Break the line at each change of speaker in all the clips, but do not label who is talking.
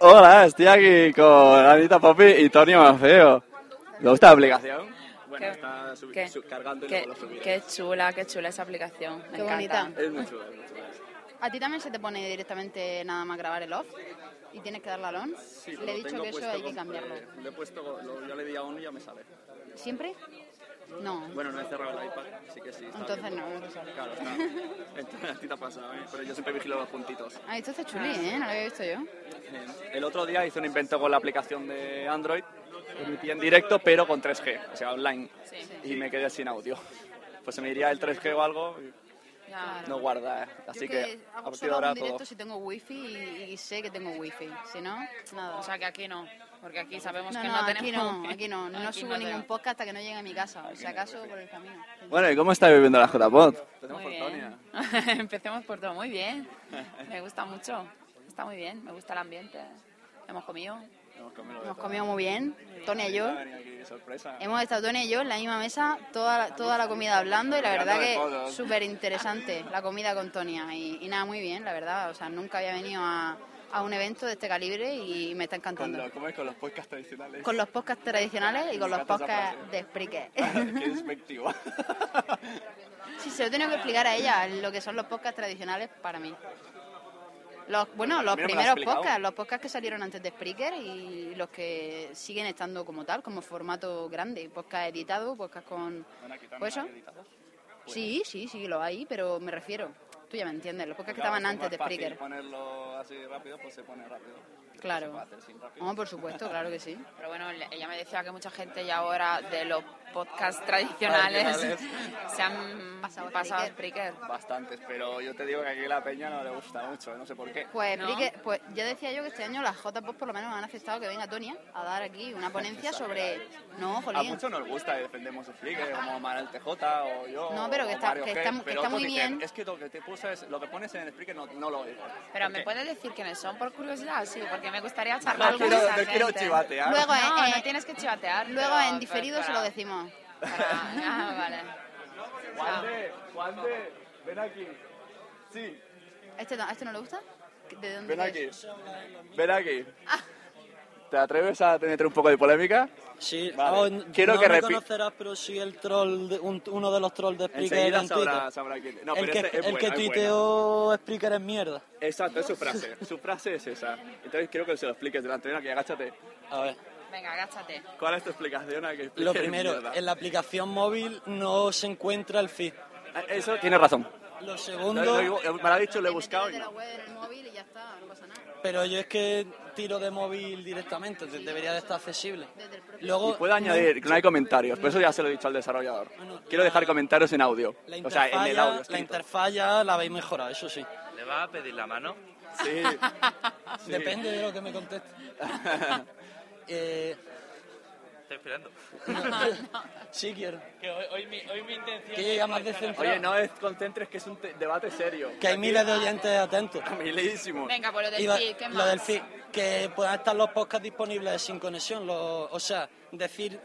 Hola, estoy aquí con Anita Popi y Tony Maceo. ¿Te gusta la aplicación?
Bueno, está subi- su- cargando y luego lo subiré.
Qué chula, qué chula esa aplicación. Me
Qué
encanta.
bonita.
Es muy chula, es muy chula.
¿A ti también se te pone directamente nada más grabar el off? ¿Y tienes que darle al on? le he dicho que eso hay que cambiarlo.
Le he puesto, con- lo- yo le di a uno y ya me sale.
¿Siempre? No.
Bueno, no he cerrado el iPad, así que sí. está
Entonces
bien.
no, no sé.
Claro, está. Entonces a ti te pasa, ¿eh? pero yo siempre vigilo los puntitos.
Ah, esto está chuli, ¿eh? No lo había visto yo.
Eh, El otro día hice un invento con la aplicación de Android, emití en directo, pero con 3G, o sea, online, y me quedé sin audio. Pues se me iría el 3G o algo, y
Claro.
no guarda, ¿eh?
Yo
así
que
que a
hago
partir de
solo
ahora
un
todo.
directo si tengo wifi y, y sé que tengo wifi. Si no, nada.
O sea que aquí no, porque aquí sabemos
no,
que
no,
no,
aquí
tenemos.
no, aquí no. No
Aquí
subo
no
ningún
tenemos.
podcast hasta que no llegue a mi casa. Si acaso por el camino.
Bueno, ¿y cómo está viviendo la JPod? Tenemos
Muy
Antonia.
bien. Empecemos por todo. Muy bien. Me gusta mucho. Está muy bien. Me gusta el ambiente. Hemos comido.
Hemos comido de
Hemos
todo.
comido muy bien, Tony y yo.
Ha venido aquí de sorpresa.
Hemos estado Tony y yo en la misma mesa toda la, toda la comida hablando y la verdad que súper interesante la comida con Tonia y, y nada, muy bien, la verdad. O sea, nunca había venido a, a un evento de este calibre y me está
Con,
encantando.
los- ¿cómo es? con los podcasts tradicionales.
Con los podcasts tradicionales y con
Me
los
encanta esa
podcasts
frase.
de Spreaker.
Qué despectivo.
Sí, se lo he tenido que explicar a ella lo que son los podcasts tradicionales para mí. Los, bueno, los
mí no me lo has
primeros
explicado.
podcasts, los podcasts que salieron antes de Spreaker y los que siguen estando como tal, como formato grande, podcast editado, podcast con... Pues eso.
Pues
Sí, sí, sí, lo hay, pero me refiero. Tú ya me entiendes, los podcasts que estaban antes de
Spreaker.
Spreaker.
ponerlo así rápido, pues se pone rápido. Se puede
Claro.
hacer sin rápido.
Oh, por supuesto, claro que sí.
Pero bueno, le- ella me decía que mucha gente ya ahora de los podcasts tradicionales
Tradicionales.
se han
Pasado
pasado,
a
a
Spreaker.
Spreaker.
Bastantes, pero yo te digo que aquí la peña no le gusta mucho, no sé por qué.
Pues,
¿No?
Spreaker- pues ya decía yo que este año las J-Pop por lo menos han aceptado que venga Tonia a dar aquí una ponencia sobre... No,
A
jolín.
muchos nos gusta y defendemos Spreaker, como Manuel TJ o yo.
No, pero que
o
está-
Mario
que
G,
está mu- que
pero
está
otros
muy
dicen,
bien.
Es que lo que, te puse- lo que pones en Spreaker no, no lo oigo.
Pero
¿Por
¿me
qué?
puedes decir quiénes son por curiosidad? Sí, porque me gustaría charlar
No
con
quiero,
esa
no quiero ¿ah?
gente.
chivatear.
Luego,
No,
eh,
no tienes que chivatear.
Luego
pero-
en diferido
pero
se lo
para-
decimos.
para- Ah, vale.
Juan de, Juan de, ven aquí. Sí,
¿Este no, ¿A este no le gusta? ¿De dónde
ven aquí.
es?
Ven aquí. ¿Te atreves a tener un poco de polémica?
Sí,
Vale.
ah, n-
Quiero
no
que
me
repi-
conocerás, pero sí el troll, de- un- uno de los trolls de Spreaker
Enseguida
en Twitter.
sabrá, sabrá quién. No,
el
pero
que,
este es
el
bueno,
que
es bueno.
tuiteó Spreaker es mierda.
Exacto, es su frase. Su frase es esa. Entonces quiero que se lo expliques delante de una que agáchate.
A ver,
Venga, agáchate.
¿Cuál es tu explicación a que expliques
lo
mierda?
primero, en la aplicación móvil no se encuentra el feed.
Ah, Eso tiene razón.
Lo
Lo-
segundo,
lo- lo- me lo ha dicho, lo he buscado. y
Métete
no.
la web del móvil y ya está, no pasa nada.
pero yo es que tiro de móvil directamente, de- debería de estar accesible. Luego,
Y puedo añadir que no hay comentarios, pero eso ya se lo he dicho al desarrollador.
Bueno,
Quiero dejar
la-
comentarios en audio.
la
O sea,
interfaz,
en el audio.
la
escrito.
interfaz ya la habéis mejorado, eso sí.
¿Le vas a pedir la mano?
Sí. Sí.
Depende de lo que me conteste. Eh,
Estoy esperando.
sí quiero.
Que hoy, hoy mi, hoy mi intención
Que llega
es
más
estar-
descentrado.
Oye, no desconcentres que es un te- debate serio.
Que hay miles de oyentes atentos.
Milísimo.
Venga, por lo del
Iba-
feed, ¿qué más?
lo del feed, que puedan estar los podcasts disponibles sin conexión. lo- o sea, decir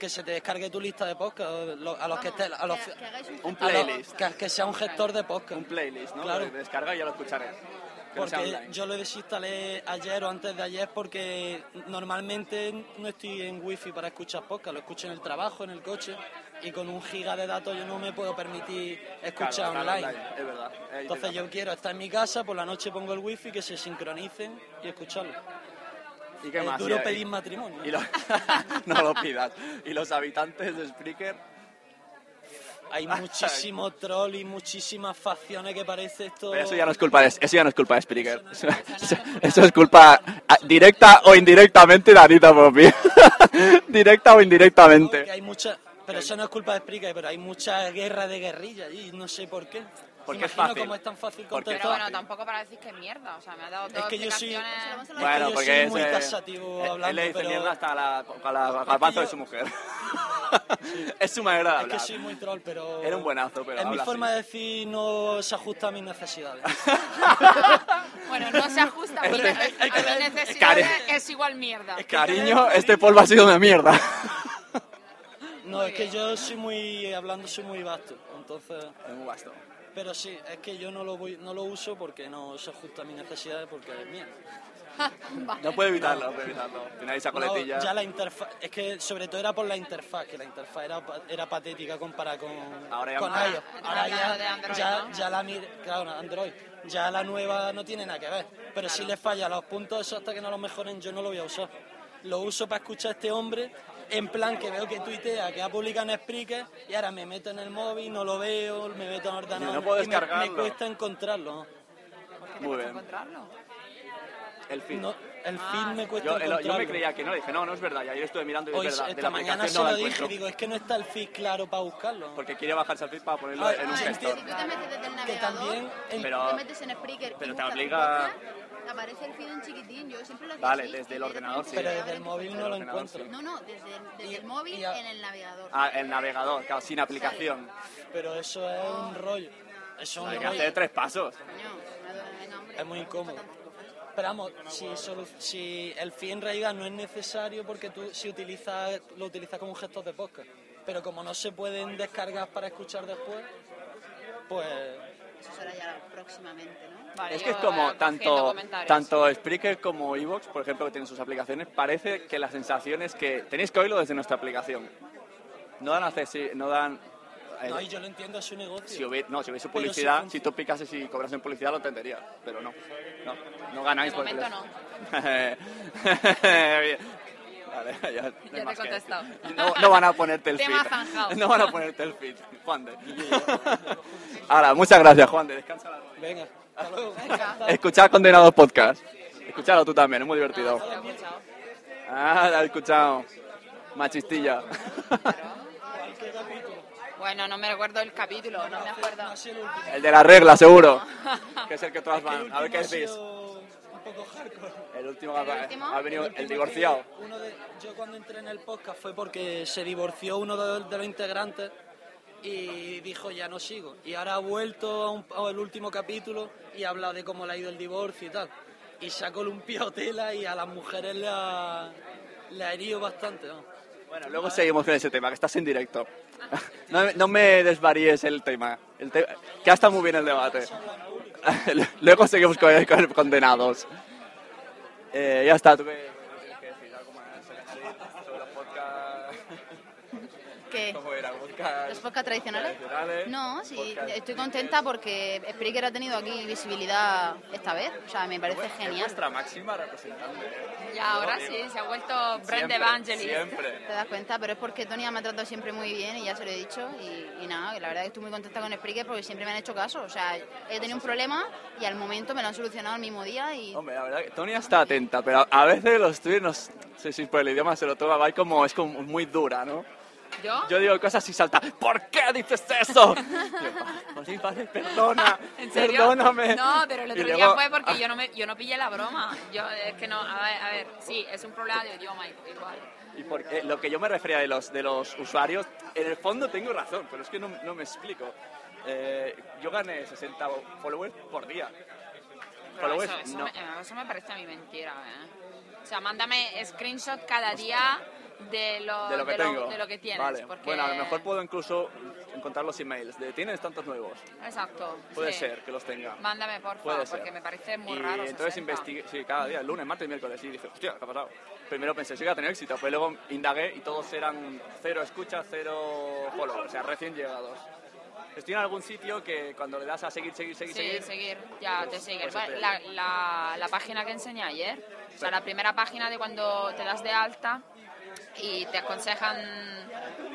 que se te descargue tu lista de podcasts lo- a los que estés. A los,
que, que hagáis un
Un
a los-
playlist.
que, que sea un gestor de podcast.
Un playlist, ¿no?
Claro.
Lo descarga y ya lo escucharé. Que no ¿eh? sea
Porque
online.
yo lo desinstalé ayer o antes de ayer porque normalmente no estoy en wifi para escuchar podcast, lo escucho en el trabajo, en el coche y con un giga de datos yo no me puedo permitir
Claro,
escuchar
claro,
online.
Es verdad. Ahí te
Entonces
cambia.
yo quiero estar en mi casa, por la noche pongo el wifi, que se sincronicen y escucharlo.
¿Y qué
es
más?
duro
Y-
pedir matrimonio.
y los- no lo pidas. Y los habitantes de Spreaker,
Hay muchísimo troll y muchísimas facciones que parece esto...
pero eso ya no es culpa de, eso ya no es culpa de Spreaker. Eso, eso es culpa ah, directa o indirectamente de Anita Popi. directa o
Que
indirectamente.
hay mucha, pero eso no es culpa de Spreaker, pero hay mucha guerra de guerrilla allí, no sé por qué.
Porque es
Imagino
fácil.
cómo es tan fácil
Porque es
Pero bueno,
fácil.
tampoco para decir que mierda. O sea, me ha dado
Es
todas
que yo soy-
explicaciones.
Es que
Bueno,
yo
porque
soy muy
ese- eh,
tasativo
él-
hablando,
Él le dice
pero-
mierda hasta la, con la garbanzo de
yo-
su mujer. es su manera de
Es
hablar.
que soy muy troll, pero...
Era un buenazo, pero
Es mi
habla
forma
así.
de decir no se ajusta a mis necesidades.
Bueno, no se ajusta. a mi-
Este-
a mi
Cari-
necesidad es igual mierda.
Cariño, este polvo ha sido una mierda.
No, es que yo soy muy... Hablando soy muy vasto, entonces...
es un gasto.
Pero sí, es que yo no lo, voy, no lo uso porque no se ajusta a mis necesidades porque es mía.
No puede evitarlo, no puede evitarlo. Tiene ahí esa
Ah. No,
coletilla.
ya la interfaz, es que sobre todo era por la interfaz, que la interfaz era, pa- era patética comparada con,
Ahora ya
con
más.
iOS.
Ah,
Ahora
estamos
ya,
hablando de Android,
ya,
¿no?
ya la mir- claro, Android, ya la nueva no tiene nada que ver, pero si le falla los puntos esos hasta que no los mejoren yo no lo voy a usar. Lo uso para escuchar a este hombre en plan que veo que tuitea, que ha publicado en Spreaker y ahora me meto en el móvil, no lo veo, me meto en el ordenador
no puedo
y me- me,
descargarlo.
cuesta encontrarlo.
Muy bien.
encontrarlo.
El fin.
No, el
Ah,
feed me cuesta
yo, el- yo
encontrarlo.
me creía que no, dije, no, no es verdad. Y ayer estuve mirando y es
Hoy,
verdad. de la
esta mañana
aplicación
se
no la
lo dije,
encuentro.
digo, es que no está el feed claro para buscarlo.
Porque quiere bajarse al feed para ponerlo
Ah,
en un
ah,
Si
gestor.
tú te metes desde el
que
navegador,
también en-
Pero-
te metes en
pero
Spreaker y
te
buscas
obliga-
tu podcast, aparece el feed en chiquitín, yo siempre lo hacía
Vale,
así,
desde el
y
ordenador, sí.
pero
te
desde
abre
el
tu
móvil no
ordenador.
lo
ordenador,
encuentro.
sí.
No, no, desde el, desde
Y-
el móvil
y a-
en el navegador.
Ah, el navegador, claro, sin aplicación.
Pero eso es un rollo. Eso es
Hay
un
que
rollo.
hacer tres pasos.
Coño, me duele, venga, hombre.
Es muy incómodo. Pero vamos, si, solu- si el feed en realidad no es necesario porque tú si utilizas, lo utilizas como un gestor de podcast. Pero como no se pueden descargar para escuchar después, pues
Eh,
Eso será ya próximamente, ¿no?
Vale,
Es que es
yo
como
ahora cogiendo
tanto,
comentarios.
tanto Spreaker como Evox, por ejemplo, que tienen sus aplicaciones, parece que la sensación es que tenéis que oírlo desde nuestra aplicación. No dan accesi- no dan... eh,
no, y yo lo entiendo, es su negocio.
si hubiese, no, si hubiese
Pero si
publicidad,
func-
si, tú picases y cobras en publicidad lo entenderías, pero no. No, no ganáis
De
porque
momento
les- Vale, ya, no hay
te he
más que
contestado.
decir. No, no van a ponerte el
Tema
feed.
zanjado.
No van a ponerte el feed, Juan de. Ahora, muchas gracias, Juan de. Descansa la
Venga, hasta luego.
Escuchad Condenados Podcast. Escuchadlo tú también, es muy divertido. Ah, la he escuchado. Machistilla.
Bueno, no me recuerdo el capítulo, no me acuerdo.
Ha sido el último.
El de la regla, seguro. Que es el que todas
El
van. A ver qué
último ha
decís.
sido Un poco hardcore.
El último que
¿El último?
ha ha venido,
último
el divorciado.
que- uno de- yo cuando entré en el podcast fue porque se divorció uno de, de los integrantes y dijo ya no sigo. Y ahora ha vuelto a un- al último capítulo y ha hablado de cómo le ha ido el divorcio y tal. Y se ha columpiado tela y a las mujeres le ha, le ha herido bastante. ¿no?
Bueno, luego seguimos con ese tema, que estás en directo. No, me- no me desvaríes el tema. El te- que ha estado muy bien el debate. luego seguimos con, con Condenados. Eh, ya está. ¿tú qué- tienes que decir? ¿Algo más? Sobre los podcasts.
¿Qué?
¿Cómo era? ¿Podcast?
¿Los podcast tradicionales?
Tradicionales,
No, sí,
podcast.
estoy contenta porque Spreaker ha tenido aquí visibilidad esta vez. O sea, me parece
Es
genial.
vuestra máxima representante. ¿eh?
Y ahora
Yo digo,
sí, se ha vuelto Brand
siempre,
Evangelist.
¿Te
Siempre.
das cuenta? Pero es porque Tony me ha tratado siempre muy bien y ya se lo he dicho. Y, y nada, que la verdad que estoy muy contenta con Spreaker porque siempre me han hecho caso. O sea, he tenido un problema y al momento me lo han solucionado el mismo día y...
Hombre, la verdad que Tonia está atenta, pero a- a veces los tweets, no sé si por el idioma se lo toma, va como, es como muy dura, ¿no?
¿Yo?
Yo digo cosas y salta, ¿por qué dices eso? Yo, "Pa- sí, padre, perdona,
¿En serio?
perdóname.
No, pero el otro
Y
día
luego- ah,
fue porque yo no, me, yo no pillé la broma. Yo, es que no, a ver, a ver, sí, es un problema de idioma igual.
Y porque lo que yo me refería de los, de los usuarios, en el fondo tengo razón, pero es que no, no me explico. Eh, yo gané 60 followers por día.
Pero
Followers,
eso, eso
no.
me, eh, eso me parece a mí mentira, ¿eh? O sea, mándame screenshot cada día de lo,
de lo que
de lo-
tengo.
de lo que tienes.
Vale.
porque-
Bueno, a lo mejor puedo incluso encontrar los emails de tienes tantos nuevos.
Exacto.
Puede
sí.
ser que los tenga.
Mándame, por
Puede
favor,
ser.
porque me parece muy
y
raro.
entonces
60.
investigué, sí, cada día, lunes, martes y miércoles, y dije, hostia, ¿qué ha pasado? Primero pensé, sí que ha tenido éxito, pero luego indagué y todos eran cero escuchas, cero follow, o sea, recién llegados. Estoy en algún sitio que cuando le das a seguir, seguir, seguir,
Sí,
seguir,
seguir, ya te sigue.
pues
Vale,
estoy
La,
ahí.
la- la página que enseñé ayer, o sea, la primera página de cuando te das de alta y te aconsejan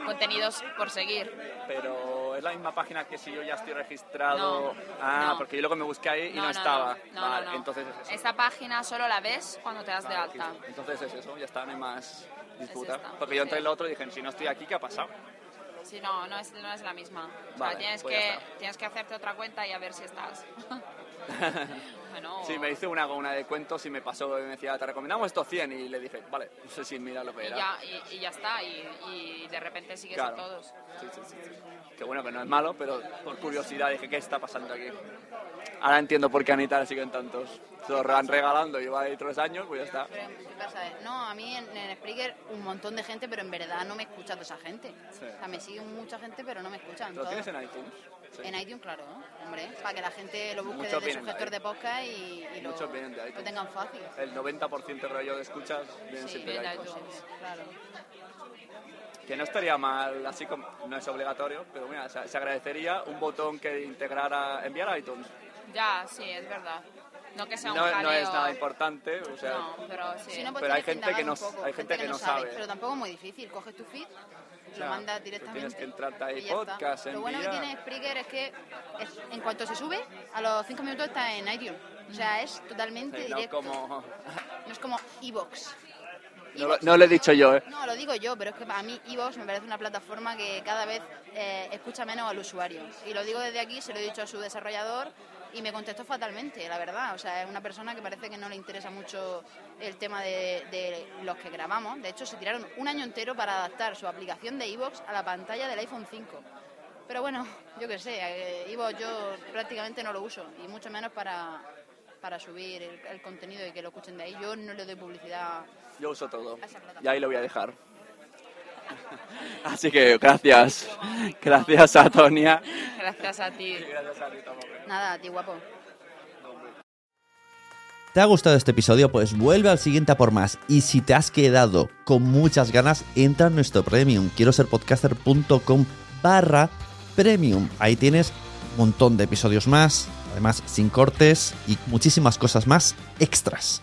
contenidos por seguir.
pero es la misma página que si yo ya estoy registrado.
No,
ah,
no.
porque yo luego me busqué ahí y no, estaba.
No,
vale,
no, no.
entonces es eso.
Esta página solo la ves cuando te das de
Vale,
alta.
listo. Entonces es eso, ya está, no hay más disputa.
esta,
porque yo entré
sí.
en la otra y dije, si no estoy aquí, ¿qué ha pasado?
Sí, no, no es, no es la misma. O sea,
Vale,
tienes,
pues ya
que,
está.
tienes que hacerte otra cuenta y a ver si estás. bueno,
Sí, me hice una, una de cuentos y me pasó y me decía, te recomendamos estos 100 y le dije, vale, no sé si mira lo que
y
era.
ya, y, y ya está, y, y de repente sigues
Claro.
a todos.
Sí, sí, sí, sí. Que bueno, que no es malo, pero por curiosidad dije, ¿qué está pasando aquí? Ahora entiendo por qué Anita le siguen tantos. Se lo van regalando, lleva ahí tres años, pues ya está.
Pero, ¿qué pasa? Eh, No, a mí en, en Spreaker un montón de gente, pero en verdad no me escucha toda esa gente.
Sí.
O sea, me sigue mucha gente, pero no me escuchan.
¿Lo
todos.
tienes en iTunes? Sí.
En iTunes, claro, ¿no? hombre, para que la gente lo busque
Muchos
desde
vienen
su
de
gestor
ahí.
de podcast y, y lo,
Muchos vienen de iTunes. Eh,
lo tengan fácil. Pues
El 90% creo yo de escuchas vienen
Sí,
siempre de
vienen de
iTunes.
iTunes, claro.
Que no estaría mal, así como no es obligatorio, pero mira, se, se agradecería un botón que integrara, enviar a iTunes.
Ya, sí, es verdad. No que sea
No,
un
no
jaleo.
es nada importante, o sea,
No, pero sí.
Si no, pues
Pero hay
tienes
gente que
indagar
no-
un poco,
hay gente que no sabe.
Pero tampoco es muy difícil. Coges tu feed,
sea,
lo mandas
tú
directamente.
tienes que entrarte ahí,
y ya está.
podcast,
Lo bueno que
enviar.
tiene Spreaker es que es- en cuanto se sube, a los 5 minutos está en iTunes. O sea, es totalmente
sí, no
directo.
como...
No es como Evox.
No lo, no lo he dicho yo, ¿eh?
No, lo digo yo, pero es que a mí Evox me parece una plataforma que cada vez eh, escucha menos al usuario. Y lo digo desde aquí, se lo he dicho a su desarrollador y me contestó fatalmente, la verdad. O sea, es una persona que parece que no le interesa mucho el tema de, de los que grabamos. De hecho, se tiraron un año entero para adaptar su aplicación de Evox a la pantalla del iPhone 5. Pero bueno, yo qué sé, eh, Evox yo prácticamente no lo uso, y mucho menos para, para subir el, el contenido y que lo escuchen de ahí. Yo no le doy publicidad
Yo uso todo.
Esa plataforma.
Y ahí lo voy a dejar. Así que gracias. Gracias a Tonia.
Gracias a ti.
Gracias a Anita Moguel.
nada, tío guapo.
¿Te ha gustado este episodio? Pues vuelve al siguiente a por más. Y si te has quedado con muchas ganas, entra en nuestro premium. Quiero ser podcaster.com barra premium. Ahí tienes un montón de episodios más, además sin cortes y muchísimas cosas más extras.